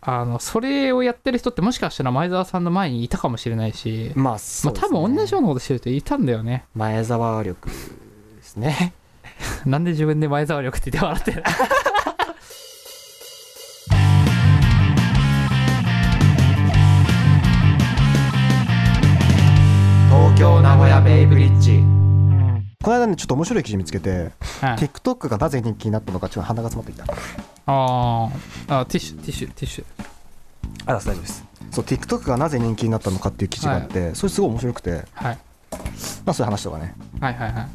あのそれをやってる人ってもしかしたら前澤さんの前にいたかもしれないし、まあそうまあ、です多ね、分同じようなことしてる人いたんだよね前澤力ですねなんで自分で前澤力って言って笑 ってる東京名古屋ベイブリッジこの間ねちょっと面白い記事見つけてあ TikTok がなぜ人気になったのかちょっと鼻が詰まってきたあーあティッシュティッシュティッシュあら大丈夫ですそう TikTok がなぜ人気になったのかっていう記事があって、それすごい面白くてはいまあそういう話とかねはいはいはい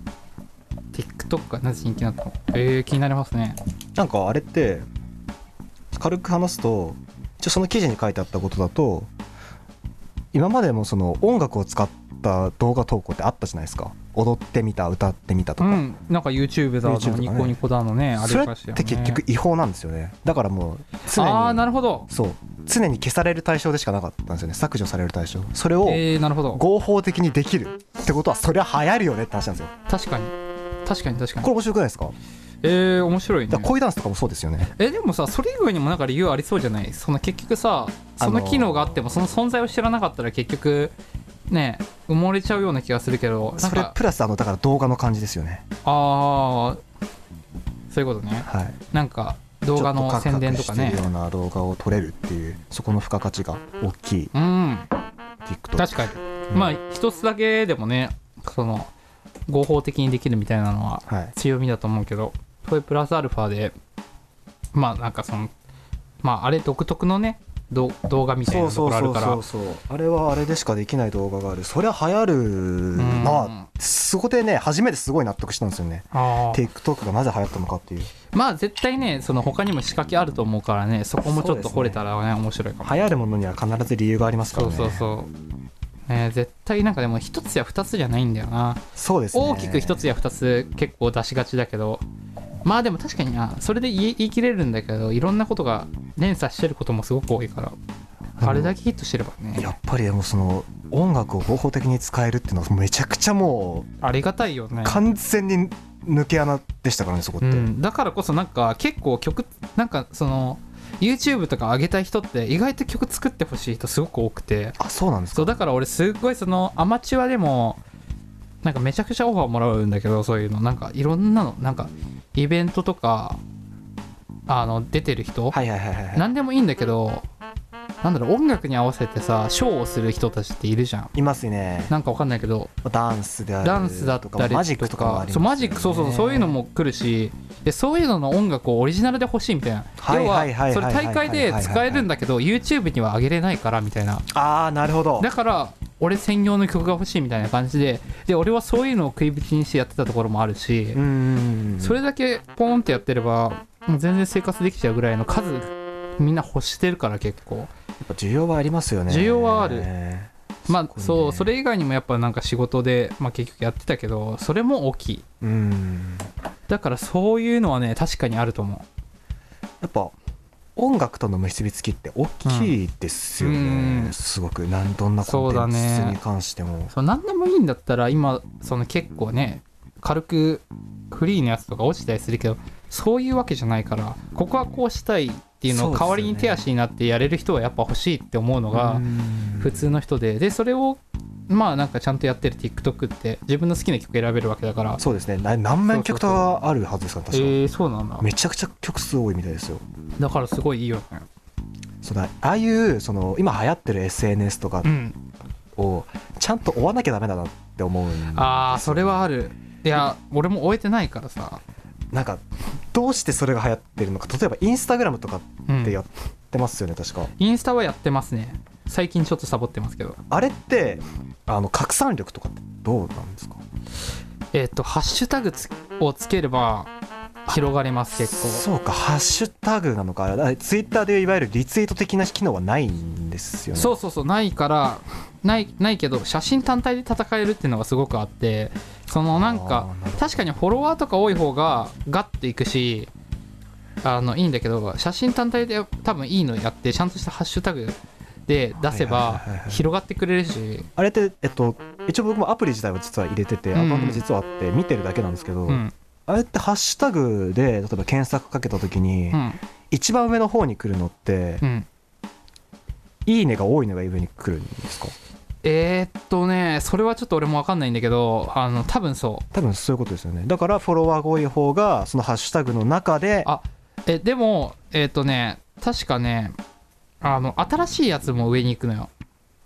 TikTok がなぜ人気なのえー、気になりますねなんかあれって軽く話すと一応その記事に書いてあったことだと今までもその音楽を使った動画投稿ってあったじゃないですか踊ってみた歌ってみたとうか、んなんか YouTube だ YouTube とのかねニコニコだのねあれそれかっしらねて結局違法なんですよねだからもう常にああなるほどそう常に消される対象でしかなかったんですよね削除される対象それをえー、なるほど合法的にできるってことはそりゃ流行るよねって話なんですよ確かに確かに確かこにれ面白くないですかだかえー、面白いねら恋ダンスとかもそうですよねえでもさそれ以外にもなんか理由ありそうじゃないその結局さその機能があってもその存在を知らなかったら結局ね埋もれちゃうような気がするけどなんそれかプラスあのだから動画の感じですよねああそういうことねはいなんか動画の宣伝とかねちょっとカクカクしてるような動画を撮れるっていうそこの付加価値が大きいうん TikTok 確かに、うんまあ一つだけでもねその合法的にできるみたいなのははい強みだと思うけどこれプラスアルファでまあなんかそのまああれ独特のねど動画みたいそなとうこそうろあそるうからそうそうあれはあれでしかできない動画があるそりゃ流行るうんなあそこでね初めてすごい納得したんですよねあー TikTok がなぜ流行ったのかっていうまあ絶対ねその他にも仕掛けあると思うからねそこもちょっと掘れたらね面白いかも流行るものには必ず理由がありますかそらうねそうそうね絶対なんかでも一つや二つじゃないんだよなそうですね大きく一つや二つ結構出しがちだけどまあでも確かになそれで言い言い切れるんだけどいろんなことが連鎖してることもすごく多いからあれだけヒットしてればやねっぱりでもその音楽を合法的に使えるっていうのはめちゃくちゃもありがたいようね、完全に抜け穴でしたからねそこっうて、ん、だからこそなんか結構曲なんかその YouTube とか上げたい人って意外と曲作ってほしい人すごく多くてあそうなんですかそうだから俺すっごいそのアマチュアでもなんかめちゃくちゃオファーもらうんだけどそういうのなんかいろんなのなんかイベントとかあの出てる人、はいはいはいはいはい何でもいいんだけどなんだろう音楽に合わせてさショーをする人たちっているじゃんいますねなんかわかんないけどダンスであるダンスだったりとかとマジックとかもありますそうマジックそうそうそういうのも来るしでそういうのの音楽をオリジナルで欲しいみたいなはいはいはいはい要はそれ大会で使えるんだけど YouTube には上げれないからみたいなああなるほどだから俺専用の曲が欲しいみたいな感じでで俺はそういうのを食いぶちにしてやってたところもあるしうんうんうんそれだけポーンってやってればもう全然生活できちゃうぐらいの数みんな欲してるから結構やっぱ需要はありますよね需要はあるまあねそうそれ以外にもやっぱなんか仕事で、まあ、結局やってたけどそれも大きいうんだからそういうのはね確かにあると思やっぱ音楽との結びつきって大きいですよね、うんすごくなんどんなコンテンツに関しても、うその何でもいいんだったら今その結構ね軽くフリーのやつとか落ちたりするけどそういうわけじゃないからここはこうしたいっていうのそうをですよね代わりに手足になってやれる人はやっぱ欲しいって思うのうがん普通の人ででそれをまあなんかちゃんとやってる TikTok って自分の好きな曲選べるわけだからそうですねな何万曲とかあるはずですから確か、えー、そうなんだめちゃくちゃ曲数多いみたいですよだからすごいいいよねそのああいうその今流行ってる SNS とかうんをちゃんと追わなきゃダメだなって思うんですよねああそれはあるいや俺も終えてないからさ、なんかどうしてそれが流行ってるのか例えばインスタグラムとかうってやん、ってますよね確かインスタはやってますね最近ちょっとサボってますけどあれってあの拡散力とかってどうなんですかえっ、とハッシュタグつをつければ広がります結構そうかハッシュタグなのかあれだツイッターでいわゆるリツイート的な機能はないんですよねそうそうそうないからないないけど写真単体で戦えるっていうのがすごくあってそのなんかあーなるほど確かにフォロワーとか多い方がガッていくしあのいいんだけど写真単体で多分いいのやってちゃんとしたハッシュタグで出せばはいはいはいはい広がってくれるしあれって、えっと、一応僕もアプリ自体は実は入れてて、うんアカウントも実はあって見てるだけなんですけど、うんあれってハッシュタグで例えば検索かけた時に、うん一番上の方に来るのって、うんいいねが多いのが上に来るんですかえーっとねそれはちょっと俺も分かんないんだけどあの多分そう多分そういうことですよねだからフォロワーが多い方がそのハッシュタグの中であえでもえーっとね確かねあの新しいやつも上に行くのよ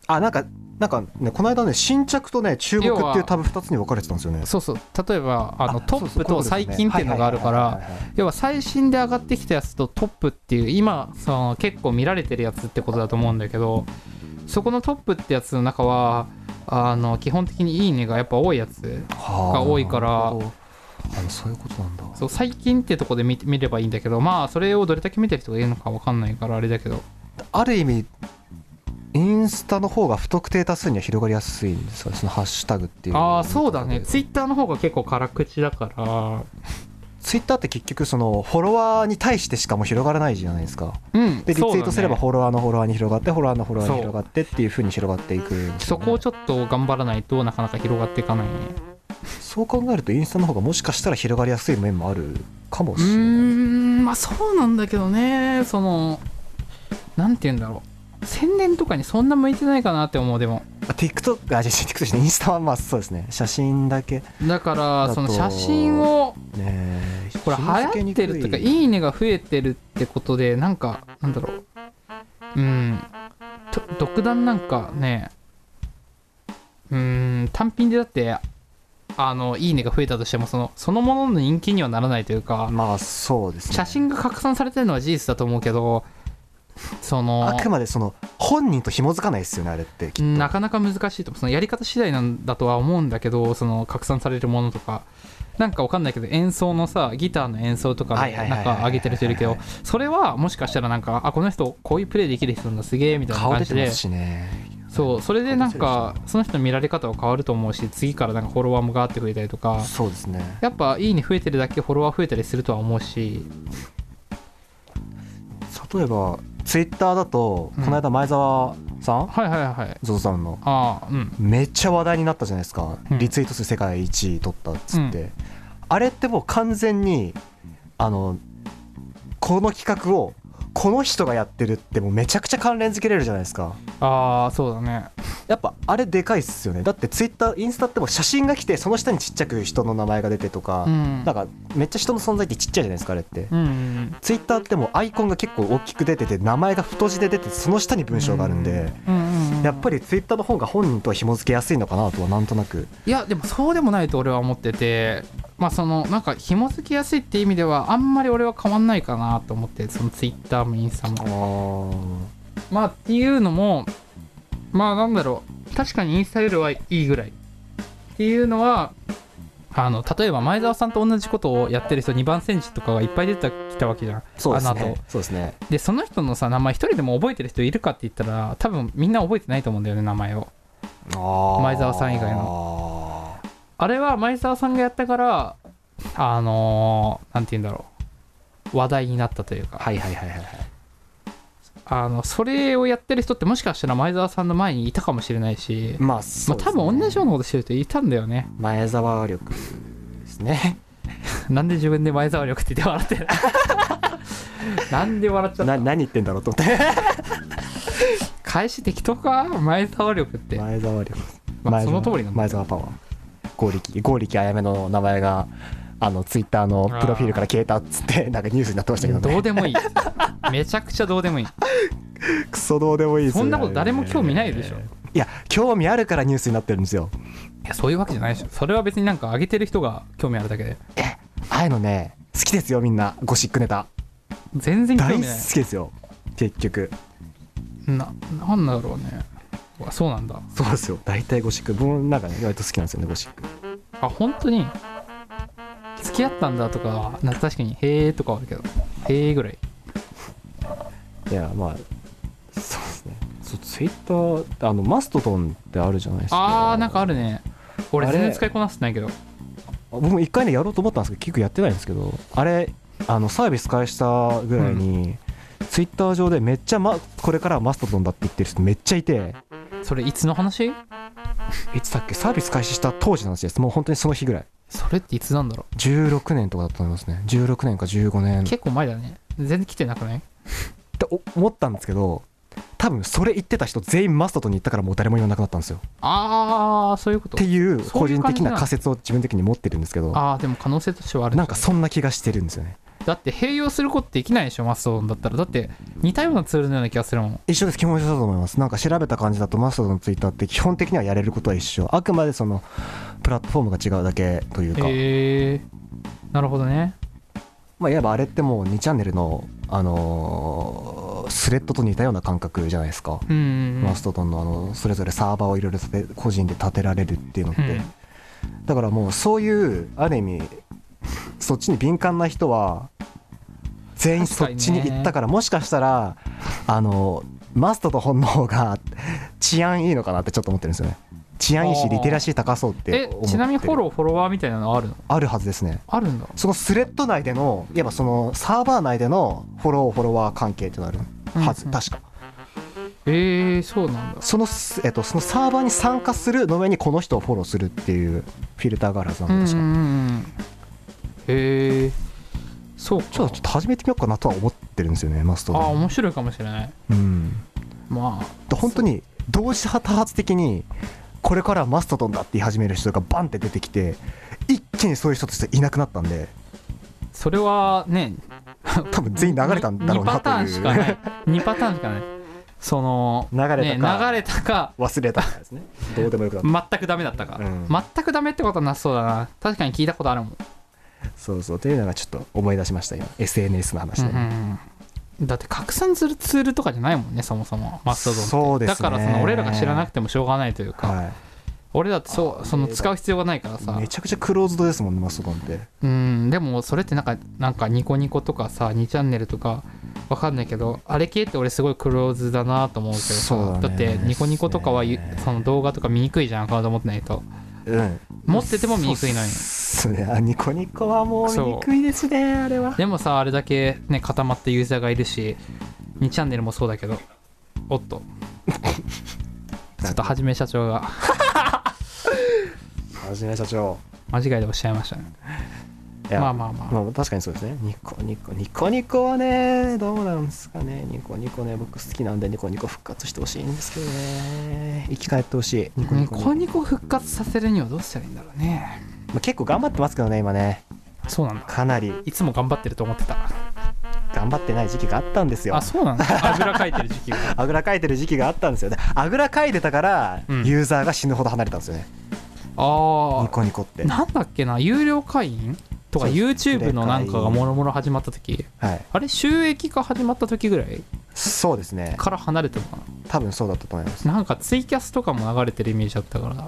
あなんかなんかねこの間ね新着とね注目っていうタブ2つに分かれてたんですよねそうそう例えばあのあトップと最近っていうのがあるから要は最新で上がってきたやつとトップっていう今その結構見られてるやつってことだと思うんだけどそこのトップってやつの中はあの基本的に「いいね」がやっぱ多いやつがが多いからあのそういうことなんだそう最近ってとこで見見ればいいんだけどまあそれをどれだけ見てる人がいるのかわかんないからあれだけどある意味インスタの方が不特定多数には広がりやすいんですよねそのハッシュタグっていうああそうだねツツイイッターの方が結構辛口だからッターって結局そのフォロワーに対してしかもう広がらないじゃないですかうんでリツイートすればそうだねフォロワーのフォロワーに広がってフォロワーのフォロワーにそう広がってっていう風に広がっていくんですよねそこをちょっと頑張らないとなかなか広がっていかないねそう考えるとインスタの方がもしかしたら広がりやすい面もあるかもうーしれないんまあそうなんだけどねそのなんて言うんだろう宣伝とかにそんな向いてないかなって思うでもあ TikTok あじゃあ TikTok じゃないインスタはまあそうですね写真だけだかだらとその写真をねえこれ流行ってるというか「紐付けにくいいね」が増えてるってことでなんかなんだろううんと独断なんかねうん単品でだってあの「いいね」が増えたとしてもそのそのものの人気にはならないというかまあそうですね写真が拡散されてるのは事実だと思うけどそのあくまでその本人と紐づかないですよねあれってきっとなかなか難しいと思うそのやり方次第なんだとは思うんだけどその拡散されるものとかなんかわかんないけど演奏のさギターの演奏とかはでいはいはないんはいか上げてる人いるけどそれはもしかしたらなんかあこの人こういうプレイできる人なんだすげえみたいな顔感出じてでますしねそうそれでなん顔かその人の見られ方は変わると思うし次からなんかフォロワーもガーって増えたりとかそうですねやっぱいいね増えてるだけフォロワー増えたりするとは思うし例えばツイッターだとうんこの間前澤さん、はいはいはいゾゾさんのああうんめっちゃ話題になったじゃないですか、うんリツイート数世界1位取ったっつって、うあれってもう完全にあのこの企画をこの人がやってるってもうめちゃくちゃ関連づけれるじゃないですかああそうだねやっぱあれでかいっすよねだってツイッターインスタってもう写真が来てその下にちっちゃく人の名前が出てとか、うんなんかめっちゃ人の存在ってちっちゃいじゃないですかあれって、うんうんツイッターってもうアイコンが結構大きく出てて名前が太字で出ててその下に文章があるんで、うんうんうんやっぱりツイッターの方が本人とは紐付けやすいのかなとはなんとなくいやでもそうでもないと俺は思っててまあそのなんか紐づきやすいって意味ではあんまり俺は変わんないかなと思ってそのツイッターもインスタもまあっていうのもまあなんだろう確かにインスタよりはいいぐらいっていうのはあの例えば前澤さんと同じことをやってる人2番選手とかがいっぱい出てきたわけじゃんそうですあのね後そうですねでその人のさ名前一人でも覚えてる人いるかって言ったら多分みんな覚えてないと思うんだよね名前を前前澤さん以外のあれは前澤さんがやったから、あのーなんて言うんだろう、話題になったというか、はいはいはいはいはいあのそれをやってる人って、もしかしたら前澤さんの前にいたかもしれないし、まあそまあ、うで多すね分同じようなことしてる人いたんだよね。前澤力ですねなんで自分で前澤力って言って笑 ってるなんで笑っちゃっなた何言ってんだろうと思って返し適当か前澤力って。前澤力まあ、前その澤通りなんだ前澤パワー剛力剛力あやめの名前があのツイッターのプロフィールから消えたっ つってなんかニュースになってましたけどどねうでもいい。めちゃくちゃどうでもいい。クソどうでもいいですよねそんなこと誰も興味ないでしょいや興味あるからニュースになってるんですよいや、そういうわけじゃないでしょ。それは別になんか上げてる人が興味あるだけで。ああいうのね好きですよみんなゴシックネタ全然興大味好ない。きですよ結局ななんだろうねうわそうなんだそうですよ大体ゴシック僕もなんかね意外と好きなんですよねゴシックあ本当に付き合ったんだとかな確かに「へえ」とかはあるけど「へえ」ぐらいいやまあそうですねそうツイッターあのマストドンってあるじゃないですかあーなんかあるね俺あれ全然使いこなせてないけど僕も一回ねやろうと思ったんですけど結局やってないんですけどあれあのサービス開始したぐらいに、ツイッター上でめっちゃ、ま、これからはマストドンだって言ってる人めっちゃいてそれいつの話いつだっけサービス開始した当時の話ですもう本当にその日ぐらいそれっていつなんだろ16年とかだと思いますね16年か15う年結構前だね全然来てなくないって思ったんですけど多分それ言ってた人全員マストとに行ったからもう誰も言わなくなったんですよああそういうことっていうそう個いう人感的じなんだな仮説を自分的に持ってるんですけどああでも可能性としてはあるなんかそんな気がしてるんですよねだって併用することできないでしょマストドンだったらだって似たようなツールのような気がするもん一緒です基本一緒だと思いますなんか調べた感じだとマストドンのツイッターって基本的にはやれることは一緒あくまでそのプラットフォームが違うだけというか、へえなるほどねまあいわばあれってもう2チャンネルのあのースレッドと似たような感覚じゃないですか、うんうんうんマストドンのあのそれぞれサーバーをいろいろ立て個人で立てられるっていうのって、うんだからもうそういうある意味そっちに敏感な人は全員そっちに行ったからもしかしたらあのマストと本の方が治安いいのかなってちょっと思ってるんですよね治安いいあしーリテラシー高そうってえ思ってちなみにフォーローフォロワーみたいなのあるのあるはずですねあるんだそのスレッド内でのいわばそのサーバー内でのフォローフォロワー関係ってなるはず、うんうん確かえー、そうなんだそのす、えっと、そのサーバーに参加するの上にこの人をフォローするっていうフィルターがあるはずうなんうんんで確か、うんうんへえそうかちょっとちょっと始めてみようかなとは思ってるんですよねマストああドン面白いかもしれないうんまあで本当に同時多発的にこれからマストドンだって言い始める人がバンって出てきて一気にそういう人としていなくなったんでそれはね多分全員流れたんだろうなと2パターいンしうかない2パターンしかないその流れたかね、流れたか 忘れたからですねどうでもよくなっ全くダメだったか、うん全くダメってことはなさそうだな確かに聞いたことあるもん,たそうそうというのがちょっと思い出しました今 SNS のう話んうで、んうん、だって拡散するツールとかじゃないもんねそもそもマストドンってそうですだねからその俺らが知らなくてもしょうがないというか、は俺だってそうその使う必要がないからさい、めちゃくちゃクローズドですもんねマストドンってうんでもそれってなんかなんかニコニコとかさ2チャンネルとかわかんないけどあれ系って俺すごいクローズだなと思うけどさそうだねってニコニコとかはゆですねその動画とか見にくいじゃんアカウント持ってないとうん持ってても見にくいのにそうっすねあニコニコはもうそう見にくいですねあれはでもさあれだけね固まったユーザーがいるし2チャンネルもそうだけどおっとちょっとはじめ社長がはじめ社長間違いでおっしゃいましたねいやまあまあまあ、まあ確かにそうですねニコニコニコニコはねどうなんですかねニコニコね僕好きなんでニコニコ復活してほしいんですけどね生き返ってほしいニコニニココニコ復活させるにはどうしたらいいんだろうねまあ、結構頑張ってますけどね今ねそうなんだかなりいつも頑張ってると思ってた頑張ってない時期があったんですよあそうなんだ あぐらかいてる時期があぐらかいてる時期があったんですよであぐらかいてたから、うんユーザーが死ぬほど離れたんですよねあニコニコってあなんだっけな有料会員とかそうです YouTube のなんかがもろもろ始まった時はいあれ収益化始まった時ぐらいそうですねから離れてるのか多分そうだったと思いますななんかツイキャスとかも流れてるイメージだったから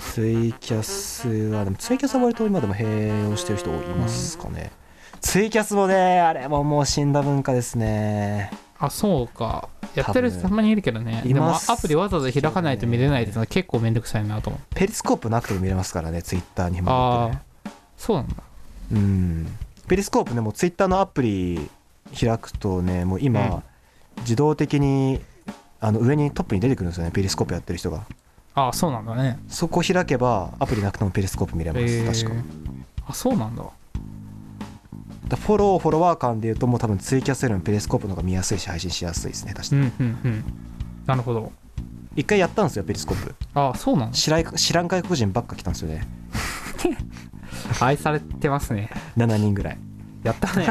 ツイキャスはでもツイキャスは割と今でも併用してる人いますかね、ツイキャスもねあれももう死んだ文化ですねあそうかやってる人多分たまにいるけどねいでもまアすプリわざわざ開かないと見れないってのは結構めんどくさいなと思うペリスコープなくても見れますからねツイッターにも、あねあ、そうなんだうんペリスコープねもうツイッターのアプリ開くとねもう今、自動的にあの上にトップに出てくるんですよねペリスコープやってる人がああそうなんだねそこ開けばアプリなくてもペリスコープ見れます、えー確かあそうなんだだフォローフォロワー間でいうともう多分ツイキャスよりもペリスコープの方が見やすいし配信しやすいですね確かうに、んうんうんなるほど一回やったんですよペリスコープああそうなんだ知らい知らん外国人ばっか来たんですよね愛されてますね7人ぐらいやった ね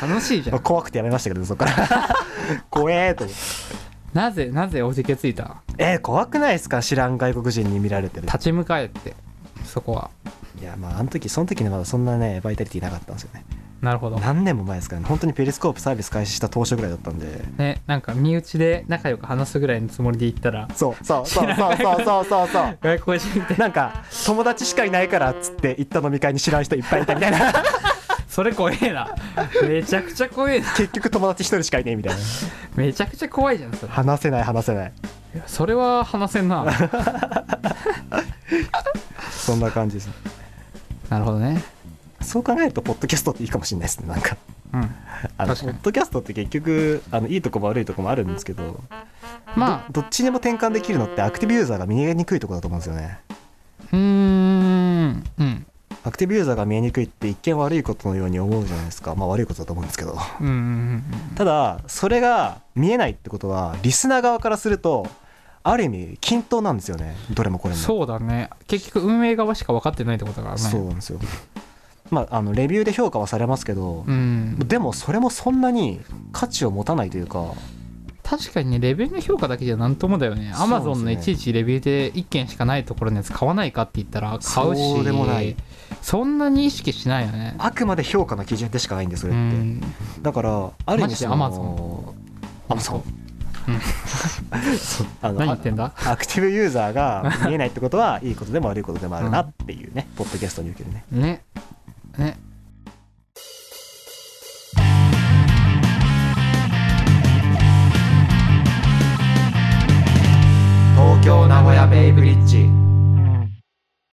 楽しいじゃん怖くてやめましたけどそっから 怖えと思ってなぜなぜおじけついたえー怖くないですか知らん外国人に見られてる立ち向かえってそこはいやまああの時その時ねまだそんなねバイタリティなかったんですよねなるほど何年も前ですからね本当にペリスコープサービス開始した当初ぐらいだったんでねなんか身内で仲良く話すぐらいのつもりで行ったらそうそうそうそうそうそうそうそう外国人ってなんか友達しかいないからっつって行った飲み会に知らん人いっぱいいたみたい なそれ怖えなめちゃくちゃ怖えな結局友達一人しかいねえみたいなめちゃくちゃ怖いじゃんそれ話せない話せないいやそれは話せんなそんな感じです なるほどねそう考えるとポッドキャストっていいかもしれないですねなんかうんあの確ポかにッドキャストって結局あのいいとこも悪いとこもあるんですけどまあどっちにも転換できるのってアクティブユーザーが見えにくいとこだと思うんですよねうーんうんアクティブユーザーが見えにくいって一見悪いことのように思うじゃないですかまあ悪いことだと思うんですけどうんうんうんただそれが見えないってことはリスナー側からするとある意味均等なんですよねどれもこうんれもそうだね結局運営側しか分かってないってことだからねそうなんですよまああのレビューで評価はされますけど、うん、でもそれもそんなに価値を持たないというか確かにねレビューの評価だけじゃなんともだよねアそうマなんですゾよンのねいちいちレビューで1件しかないところのやつ買わないかって言ったら買うしそうでもないそんなに意識しないよねあくまで評価の基準でしかないんでそれうって、んだからある意マ味ジでその Amazon アマゾンあの何言ってんだあアクテ ィブユーザーが見えないってことはいいことでも悪いことでもあるなっていうね、ポッドキャストにおけるねね